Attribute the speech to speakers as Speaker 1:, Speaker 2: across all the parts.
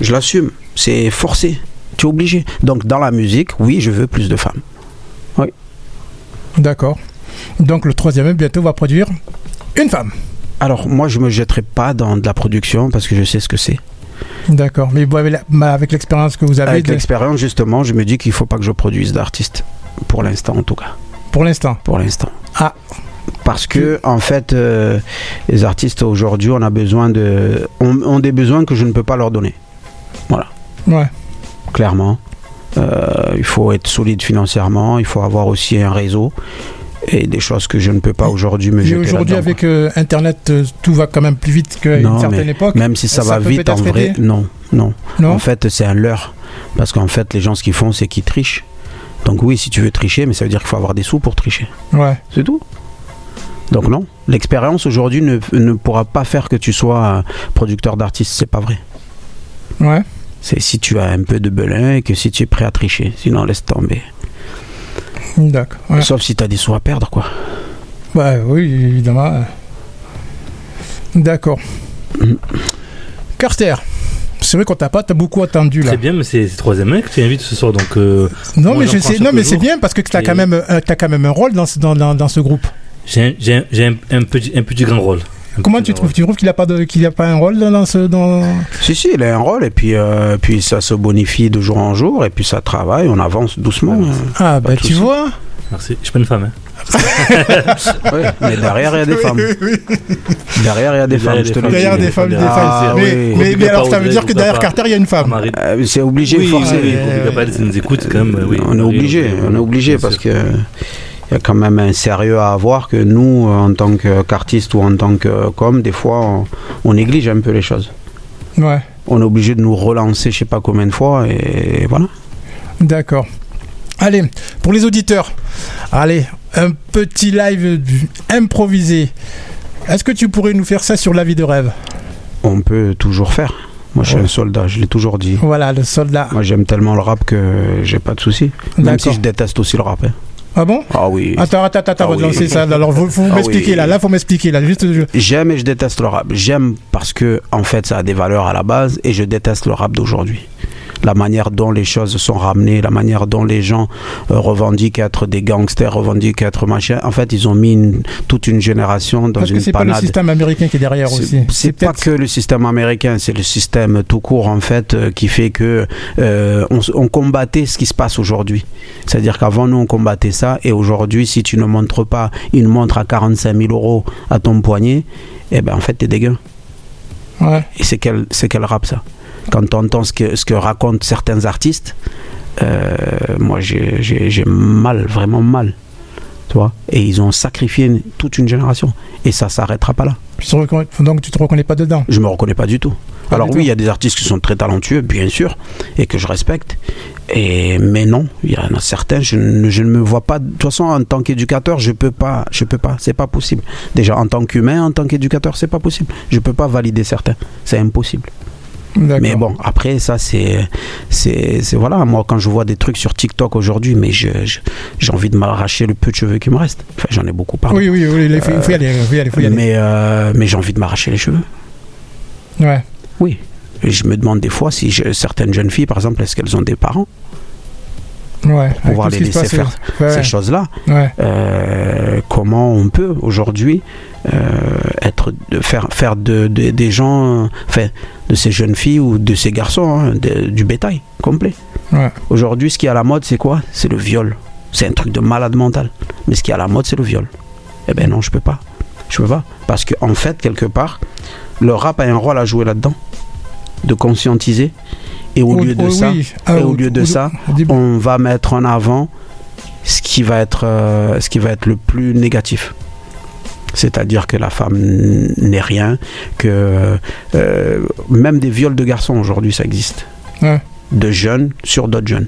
Speaker 1: Je l'assume. C'est forcé. Tu es obligé. Donc, dans la musique, oui, je veux plus de femmes. Oui.
Speaker 2: D'accord. Donc, le troisième bientôt va produire une femme.
Speaker 1: Alors, moi, je me jetterai pas dans de la production parce que je sais ce que c'est.
Speaker 2: D'accord. Mais vous avez la- bah, avec l'expérience que vous avez,
Speaker 1: Avec
Speaker 2: de-
Speaker 1: l'expérience, justement, je me dis qu'il faut pas que je produise d'artistes. Pour l'instant, en tout cas.
Speaker 2: pour l'instant.
Speaker 1: Pour l'instant.
Speaker 2: Ah.
Speaker 1: Parce que, en fait, euh, les artistes aujourd'hui, on a besoin de. ont- ont des besoins que je ne peux pas leur donner.
Speaker 2: Ouais.
Speaker 1: clairement. Euh, il faut être solide financièrement, il faut avoir aussi un réseau et des choses que je ne peux pas aujourd'hui me
Speaker 2: Et
Speaker 1: jeter
Speaker 2: aujourd'hui,
Speaker 1: là-dedans,
Speaker 2: avec euh, Internet, euh, tout va quand même plus vite qu'à
Speaker 1: Non,
Speaker 2: une certaine époque.
Speaker 1: quoi. Même si ça,
Speaker 2: ça
Speaker 1: va
Speaker 2: peut
Speaker 1: vite en
Speaker 2: peut-être
Speaker 1: vrai,
Speaker 2: aider
Speaker 1: non, non.
Speaker 2: Non
Speaker 1: En fait, c'est un leurre parce qu'en fait, les gens ce qu'ils font, c'est qu'ils trichent. Donc oui, si tu veux tricher, mais ça veut dire qu'il faut avoir des sous pour tricher.
Speaker 2: Ouais.
Speaker 1: C'est tout. Donc non, l'expérience aujourd'hui ne, ne pourra pas faire que tu sois euh, producteur d'artiste, c'est pas vrai.
Speaker 2: Ouais.
Speaker 1: C'est si tu as un peu de belin et que si tu es prêt à tricher, sinon laisse tomber.
Speaker 2: D'accord. Ouais.
Speaker 1: Sauf si tu as des sous à perdre quoi.
Speaker 2: Ouais, oui, évidemment. euh. D'accord.
Speaker 1: Mhm.
Speaker 2: Carter, c'est vrai qu'on t'a pas t'as beaucoup attendu là.
Speaker 3: C'est bien, mais c'est c'est le troisième mec que tu invites ce soir, donc euh,
Speaker 2: Non,
Speaker 3: Moi,
Speaker 2: mais
Speaker 3: j'en
Speaker 2: je
Speaker 3: prends
Speaker 2: sais,
Speaker 3: chaque
Speaker 2: non, mais c'est
Speaker 3: jour.
Speaker 2: bien parce que t'as
Speaker 3: Et-
Speaker 2: quand même, euh, t'as quand même un rôle dans ce, dans, dans, dans ce groupe.
Speaker 3: j'ai un- j'ai un, j'ai un- un petit, un petit grand rôle. Un
Speaker 2: Comment
Speaker 3: petit
Speaker 2: tu
Speaker 3: grand
Speaker 2: trouves Tu trouves qu'il a pas de, qu'il a pas un rôle dans ce, dans
Speaker 1: Si, si, il a un rôle, et puis, euh, puis ça se bonifie de jour en jour, et puis ça travaille, on avance doucement. hein.
Speaker 2: Ah bah
Speaker 1: de
Speaker 2: tu
Speaker 1: souci.
Speaker 2: vois.
Speaker 3: rôle. Merci. Je suis pas une femme. Hein.
Speaker 1: Ouais, mais derrière, il y a des femmes. Derrière, il y a des femmes, je te le
Speaker 3: Derrière, il y a des
Speaker 1: dis.
Speaker 3: femmes.
Speaker 2: Derrière
Speaker 3: tu
Speaker 2: des
Speaker 3: dis,
Speaker 2: femmes, des femmes.
Speaker 1: ah,
Speaker 2: mais
Speaker 1: oui.
Speaker 2: mais, mais
Speaker 3: Oublie pas
Speaker 2: alors ça
Speaker 3: Audrey,
Speaker 2: veut dire que
Speaker 3: oublie
Speaker 2: derrière
Speaker 3: pas.
Speaker 2: Carter il y a une femme.
Speaker 3: Marie-
Speaker 1: Euh, c'est obligé,
Speaker 3: Oui,
Speaker 1: forcé.
Speaker 3: oui,
Speaker 2: euh,
Speaker 3: oublie pas, elle nous écoute quand même. oui.
Speaker 1: Euh,
Speaker 3: euh,
Speaker 1: on est obligé, on est obligé,
Speaker 3: Bien
Speaker 1: parce
Speaker 3: sûr.
Speaker 1: que il y a quand même un sérieux à avoir que nous, euh, en tant que- qu'artistes ou en tant que euh, com, des fois, on, on néglige un peu les choses.
Speaker 2: Ouais.
Speaker 1: On est obligé de nous relancer, je sais pas combien de fois, et voilà.
Speaker 2: D'accord. Allez, pour les auditeurs, allez, un petit live du- improvisé. Est-ce que tu pourrais nous faire ça sur la vie de rêve
Speaker 1: On peut toujours faire. Moi, je suis
Speaker 2: Ouais.
Speaker 1: un soldat, je l'ai toujours dit.
Speaker 2: Voilà, le soldat.
Speaker 1: Moi j'aime tellement le rap que j'ai pas de soucis. Même si
Speaker 2: D'accord.
Speaker 1: je déteste aussi le rap. hein.
Speaker 2: Ah bon
Speaker 1: Ah oui.
Speaker 2: Attends, attends, attends,
Speaker 1: Ah
Speaker 2: on va te
Speaker 1: oui.
Speaker 2: lancer ça. Alors, faut, faut
Speaker 1: Ah
Speaker 2: m'expliquer
Speaker 1: oui.
Speaker 2: là, là, faut m'expliquer là. Juste, je-
Speaker 1: J'aime et je déteste le rap. J'aime parce que en fait ça a des valeurs à la base et je déteste le rap d'aujourd'hui. La manière dont les choses sont ramenées, la manière dont les gens euh, revendiquent être des gangsters, revendiquent être machin. En fait, ils ont mis une- toute une génération dans
Speaker 2: parce que
Speaker 1: une
Speaker 2: c'est pas le
Speaker 1: panade.
Speaker 2: système américain qui est derrière
Speaker 1: C'est-
Speaker 2: aussi.
Speaker 1: C'est pas
Speaker 2: peut-être-
Speaker 1: que le système américain, c'est le système tout court en fait euh, qui fait que euh, on, s- on combattait ce qui se passe aujourd'hui. C'est-à-dire qu'avant nous on combattait ça et aujourd'hui si tu ne montres pas une montre à 45 000 euros à ton poignet, eh ben en fait t'es dégueu.
Speaker 2: Ouais.
Speaker 1: Et c'est quel, c'est quel rap ça Quand on entend ce que, ce que racontent certains artistes, euh, moi j'ai- j'ai j'ai mal, vraiment mal. Tu vois Et ils ont sacrifié une- toute une génération. Et ça s'arrêtera pas là.
Speaker 2: Tu te reconnais- Donc tu te reconnais pas dedans.
Speaker 1: Je me reconnais pas du tout.
Speaker 2: Pas
Speaker 1: Alors oui,
Speaker 2: du tout.
Speaker 1: il y a des artistes qui sont très talentueux, bien sûr, et que je respecte. Et mais non, il y en a certains, je ne, je ne me vois pas. De toute façon, en tant qu'éducateur, je peux pas, je peux pas, c'est pas possible. Déjà, en tant qu'humain, en tant qu'éducateur, c'est pas possible. Je peux pas valider certains, c'est impossible.
Speaker 2: D'accord.
Speaker 1: Mais bon, après ça, c'est, c'est, c'est- voilà. Moi, quand je vois des trucs sur TikTok aujourd'hui, mais je, je- j'ai envie de m'arracher le peu de cheveux qui me reste. Enfin, j'en ai beaucoup parlé.
Speaker 2: Oui, oui, oui, il faut, il faut y aller, il faut y aller, il faut y aller.
Speaker 1: mais, euh, mais j'ai envie de m'arracher les cheveux.
Speaker 2: Ouais.
Speaker 1: Oui. Et je me demande des fois si je- certaines jeunes filles, par exemple, est-ce qu'elles ont des parents
Speaker 2: Ouais. Avec
Speaker 1: pouvoir
Speaker 2: tout ce
Speaker 1: les
Speaker 2: qui se
Speaker 1: laisser
Speaker 2: passe,
Speaker 1: Ces
Speaker 2: ouais,
Speaker 1: choses-là,
Speaker 2: ouais.
Speaker 1: euh, comment on peut aujourd'hui euh, être de faire faire de, de- des gens, euh, enfin, de ces jeunes filles ou de ces garçons hein, de- du bétail complet.
Speaker 2: Ouais.
Speaker 1: Aujourd'hui, ce qui est à la mode, c'est quoi C'est le viol. C'est un truc de malade mental. Mais ce qui est à la mode, c'est le viol. Eh ben non, je peux pas. Je peux pas parce que en fait, quelque part, le rap a un rôle à jouer là-dedans, de conscientiser. Et au
Speaker 2: Oh,
Speaker 1: lieu de
Speaker 2: oh,
Speaker 1: ça,
Speaker 2: oui. Ah,
Speaker 1: et au
Speaker 2: oh,
Speaker 1: lieu de
Speaker 2: oh,
Speaker 1: ça,
Speaker 2: oh, dis-
Speaker 1: on va mettre en avant ce qui va être, euh, ce qui va être le plus négatif. C'est-à-dire que la femme n- n'est rien, que euh, même des viols de garçons aujourd'hui ça existe.
Speaker 2: Ouais.
Speaker 1: De jeunes sur d'autres jeunes.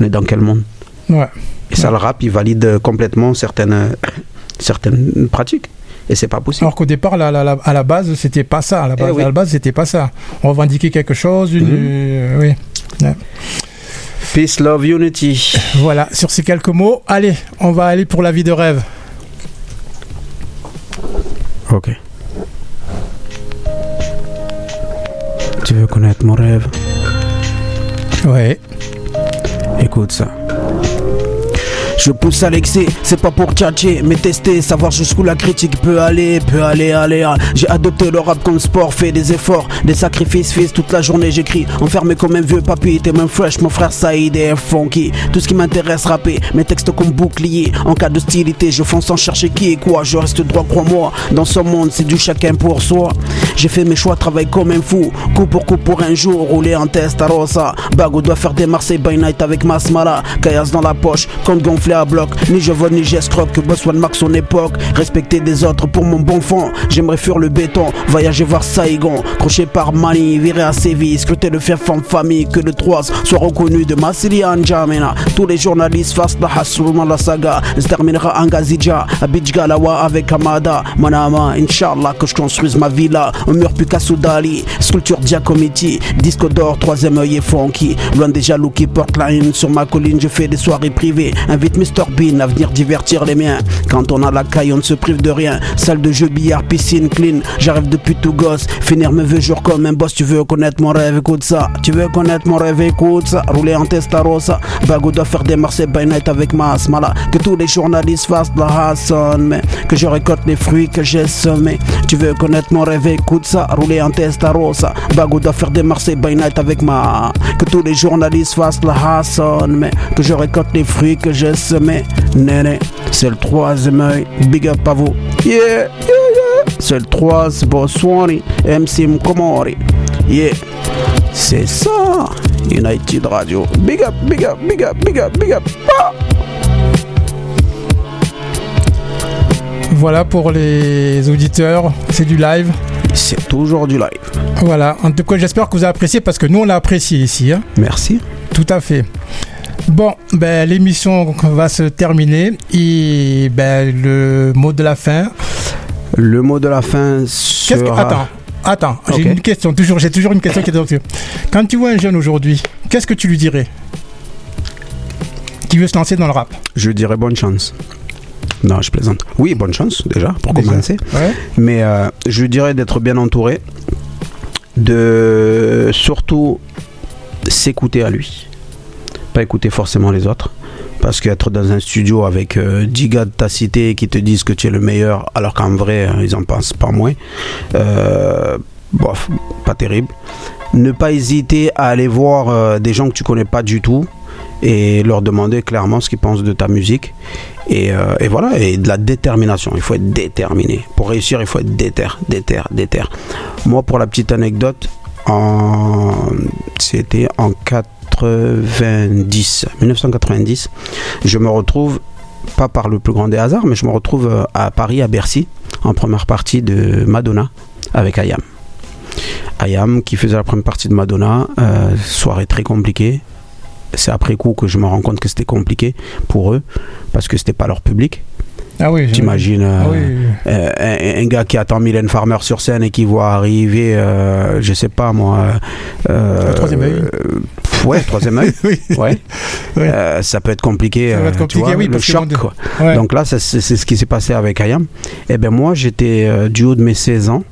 Speaker 1: On est dans quel monde
Speaker 2: Ouais.
Speaker 1: Et ça, le rap, il valide euh, complètement certaines, euh, certaines pratiques. Et c'est pas possible.
Speaker 2: Alors qu'au départ, là, là, là, à la base, c'était pas ça. À la base,
Speaker 1: Eh oui.
Speaker 2: à la base, c'était pas ça. On revendiquait quelque chose. Une,
Speaker 1: Mhm.
Speaker 2: euh, oui.
Speaker 1: Peace, love, unity.
Speaker 2: Voilà. Sur ces quelques mots, allez, on va aller pour la vie de rêve.
Speaker 1: Ok. Tu veux connaître mon rêve
Speaker 2: Ouais.
Speaker 1: Écoute ça. Je pousse à l'excès, c'est pas pour tchatcher, mais tester, savoir jusqu'où la critique peut aller, peut aller, aller. ah. J'ai adopté le rap comme sport, fait des efforts, des sacrifices, fils, toute la journée j'écris. Enfermé comme un vieux papy, t'es même fresh, mon frère Saïd et funky. Tout ce qui m'intéresse, rapper, mes textes comme bouclier. En cas d'hostilité, je fonce sans chercher qui et quoi, je reste droit, crois-moi. Dans ce monde, c'est du chacun pour soi. J'ai fait mes choix, travaille comme un fou, coup pour coup pour un jour, rouler en Testarossa. Bago doit faire des Marseille by night avec Masmala, caillasse dans la poche, compte gonflé à bloc. Ni je vole ni j'escroque, que Boss One marque son époque. Respecter des autres pour mon bon fond, j'aimerais fuir le béton, voyager voir Saigon. Croché par Mali, viré à Séville, scruter le fief en famille, que le 3 soit reconnu de Massili Anjamena. Tous les journalistes fassent la Hassouma la saga, se terminera en Gazidja, à Beach Galawa avec Hamada, Manama, Inch'Allah, que je construise ma villa, au mur Picasso Dali, sculpture Giacometti, disque d'or, troisième œil et funky, loin des jaloux qui portent la haine sur ma colline, je fais des soirées privées, invite Mr Bean à venir divertir les miens, quand on a la caille on ne se prive de rien, salle de jeu, billard, piscine, clean, j'arrive depuis tout gosse, finir mes vœux jour comme un boss, tu veux connaître mon rêve, écoute ça, tu veux connaître mon rêve, écoute ça, rouler en testarossa, Bago doit faire des Marseille by night avec ma Asmala, que tous les journalistes fassent la Hassan, mais que je récolte les fruits que j'ai semés, tu veux connaître mon rêve, écoute ça, rouler en testarossa, Bago doit faire des Marseille by night avec ma, que tous les journalistes fassent la Hassan, mais que je récolte les fruits que j'ai semés, néné, c'est le troisième œil, big up à vous, yeah, yeah, yeah, c'est le troisième, bonsoir, MC Mkomori, yeah. C'est ça, United Radio. Big up, big up, big up, big up, big up. Ah
Speaker 2: Voilà pour les auditeurs, c'est du live.
Speaker 1: C'est toujours du live.
Speaker 2: Voilà, en tout cas j'espère que vous avez apprécié parce que nous on l'a apprécié ici. hein.
Speaker 1: Merci.
Speaker 2: Tout à fait. Bon, ben, l'émission va se terminer et ben, le mot de la fin.
Speaker 1: Le mot de la fin
Speaker 2: Qu'est-ce que...
Speaker 1: sera...
Speaker 2: Attends, attends,
Speaker 1: Ok.
Speaker 2: j'ai une question, toujours, j'ai toujours une question qui est dessus. Quand tu vois un jeune aujourd'hui, qu'est-ce que tu lui dirais Qui veut se lancer dans le rap
Speaker 1: Je dirais bonne chance. Non, je plaisante. Oui, bonne chance déjà pour
Speaker 2: Déjà.
Speaker 1: commencer.
Speaker 2: Ouais.
Speaker 1: Mais euh, je dirais d'être bien entouré, de surtout s'écouter à lui, pas écouter forcément les autres. Parce qu'être dans un studio avec euh, 10 gars de ta cité qui te disent que tu es le meilleur, alors qu'en vrai, euh, ils en pensent pas moins, euh, bof, pas terrible. Ne pas hésiter à aller voir euh, des gens que tu connais pas du tout et leur demander clairement ce qu'ils pensent de ta musique. Et, euh, et voilà, et de la détermination. Il faut être déterminé. Pour réussir, il faut être déter, déter, déter. Moi, pour la petite anecdote, en... c'était en 90, 1990. Je me retrouve, pas par le plus grand des hasards, mais je me retrouve euh, à Paris, à Bercy, en première partie de Madonna avec Ayam. Ayam qui faisait la première partie de Madonna, euh, soirée très compliquée. C'est après coup que je me rends compte que c'était compliqué pour eux parce que c'était pas leur public.
Speaker 2: Ah oui,
Speaker 1: T'imagines euh,
Speaker 2: Ah oui.
Speaker 1: euh, un, un gars qui attend Mylène Farmer sur scène et qui voit arriver, euh, je sais pas moi. euh,
Speaker 2: Le troisième œil.
Speaker 1: euh, pff, ouais, troisième œil.
Speaker 2: Ah Oui.
Speaker 1: Ouais.
Speaker 2: Ouais.
Speaker 1: Euh, ça peut être compliqué.
Speaker 2: Ça va être
Speaker 1: euh, tu
Speaker 2: compliqué,
Speaker 1: vois,
Speaker 2: oui,
Speaker 1: le
Speaker 2: parce que
Speaker 1: choc.
Speaker 2: bon,
Speaker 1: quoi.
Speaker 2: Ouais.
Speaker 1: Donc là, ça, c'est c'est ce qui s'est passé avec Ayam. Et ben moi, j'étais euh, du haut de mes 16 ans.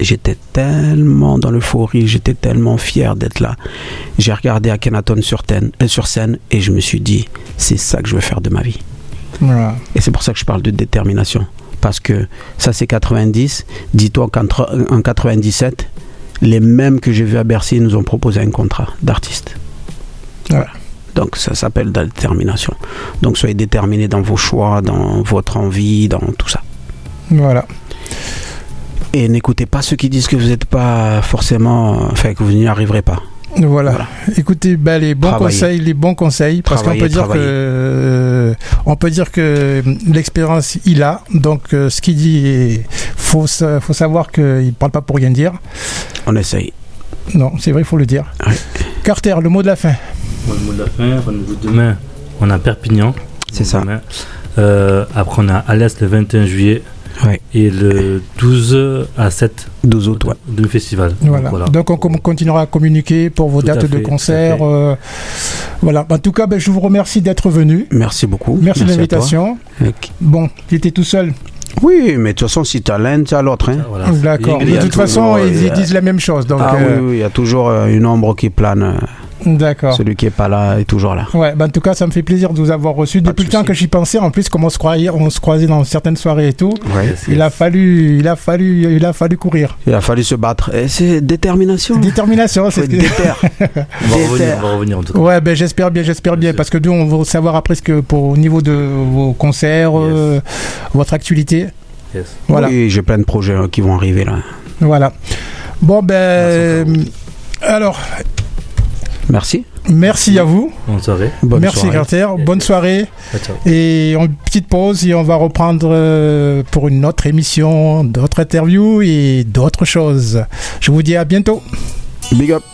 Speaker 1: J'étais tellement dans l'euphorie, j'étais tellement fier d'être là. J'ai regardé Akhenaton sur, scène- euh, sur scène et je me suis dit, c'est ça que je veux faire de ma vie.
Speaker 2: Voilà.
Speaker 1: Et c'est pour ça que je parle de détermination. Parce que ça, c'est 90. Dis-toi qu'en tr- en 97, les mêmes que j'ai vus à Bercy nous ont proposé un contrat d'artiste.
Speaker 2: Voilà.
Speaker 1: Donc ça s'appelle de la détermination. Donc soyez déterminés dans vos choix, dans votre envie, dans tout ça.
Speaker 2: Voilà.
Speaker 1: Et n'écoutez pas ceux qui disent que vous n'êtes pas forcément, enfin que vous n'y arriverez pas.
Speaker 2: Voilà.
Speaker 1: Voilà.
Speaker 2: Écoutez, bah, les bons
Speaker 1: Travailler.
Speaker 2: conseils, les bons conseils, parce qu'on
Speaker 1: Travailler,
Speaker 2: peut dire
Speaker 1: travailler.
Speaker 2: que on peut dire que euh, l'expérience il a, donc euh, ce qu'il dit, est- faut sa- faut savoir qu'il parle pas pour rien dire.
Speaker 1: On essaye.
Speaker 2: Non, c'est vrai, il faut le dire.
Speaker 1: Ouais.
Speaker 2: Carter, le mot de la fin.
Speaker 3: Bon, le mot de la fin, rendez-vous demain, on a Perpignan.
Speaker 1: C'est ça.
Speaker 3: Demain. Euh, après, on a Alès le 21 juillet.
Speaker 1: Ouais.
Speaker 3: Et le 12 à 7
Speaker 1: 12 autres, ouais.
Speaker 3: du festival.
Speaker 2: Voilà. Donc on com- continuera à communiquer pour vos
Speaker 3: Tout à
Speaker 2: dates de
Speaker 3: fait, tout à
Speaker 2: concert.
Speaker 3: fait.
Speaker 2: euh, voilà. En tout cas, ben, je vous remercie d'être venu.
Speaker 1: Merci beaucoup.
Speaker 2: Merci, de
Speaker 1: à toi.
Speaker 2: l'invitation.
Speaker 1: Ok.
Speaker 2: Bon, il était tout seul.
Speaker 4: Oui, mais de toute façon, si tu as l'un, tu as l'autre. hein.
Speaker 3: Voilà.
Speaker 2: D'accord.
Speaker 4: Il y
Speaker 2: De
Speaker 4: a
Speaker 2: toute
Speaker 4: tout-
Speaker 2: façon,
Speaker 4: ouais,
Speaker 2: ils,
Speaker 4: il y a-
Speaker 2: disent la même chose. Donc,
Speaker 4: Ah oui,
Speaker 2: euh,
Speaker 4: oui, il y a toujours euh, une ombre qui plane. euh,
Speaker 2: d'accord.
Speaker 4: Celui qui est pas là est toujours là.
Speaker 2: Ouais, bah en tout cas, ça me fait plaisir de vous avoir reçu.
Speaker 4: Pas de
Speaker 2: Depuis le temps
Speaker 4: souci.
Speaker 2: que j'y pensais, en plus, comme on se croyait, on se croisait dans certaines soirées et tout,
Speaker 4: Ouais.
Speaker 3: Yes,
Speaker 2: il
Speaker 3: yes.
Speaker 2: a fallu, il a fallu, il a fallu courir.
Speaker 4: Il a fallu se battre. Et c'est détermination.
Speaker 2: Détermination,
Speaker 4: Faut
Speaker 2: c'est
Speaker 4: être
Speaker 2: ce que-
Speaker 4: déter.
Speaker 3: On va revenir,
Speaker 4: Déter.
Speaker 3: on va revenir en tout cas.
Speaker 2: Ouais, ben j'espère bien, j'espère bien,
Speaker 3: Yes.
Speaker 2: parce que nous, on va savoir après ce que pour au niveau de vos concerts,
Speaker 3: Yes.
Speaker 2: euh, votre actualité,
Speaker 3: Yes.
Speaker 2: voilà,
Speaker 4: Oui, j'ai plein de projets hein, qui vont arriver là.
Speaker 2: voilà. Bon ben, alors
Speaker 4: Merci.
Speaker 2: merci à vous,
Speaker 3: Bonne soirée.
Speaker 4: Bonne
Speaker 2: merci
Speaker 4: soirée.
Speaker 2: Carter,
Speaker 3: Yes,
Speaker 2: bonne
Speaker 3: yes.
Speaker 2: soirée.
Speaker 3: Ciao, ciao.
Speaker 2: Et on- petite pause et on va reprendre euh, pour une autre émission, d'autres interviews et d'autres choses. Je vous dis à bientôt.
Speaker 4: Big up.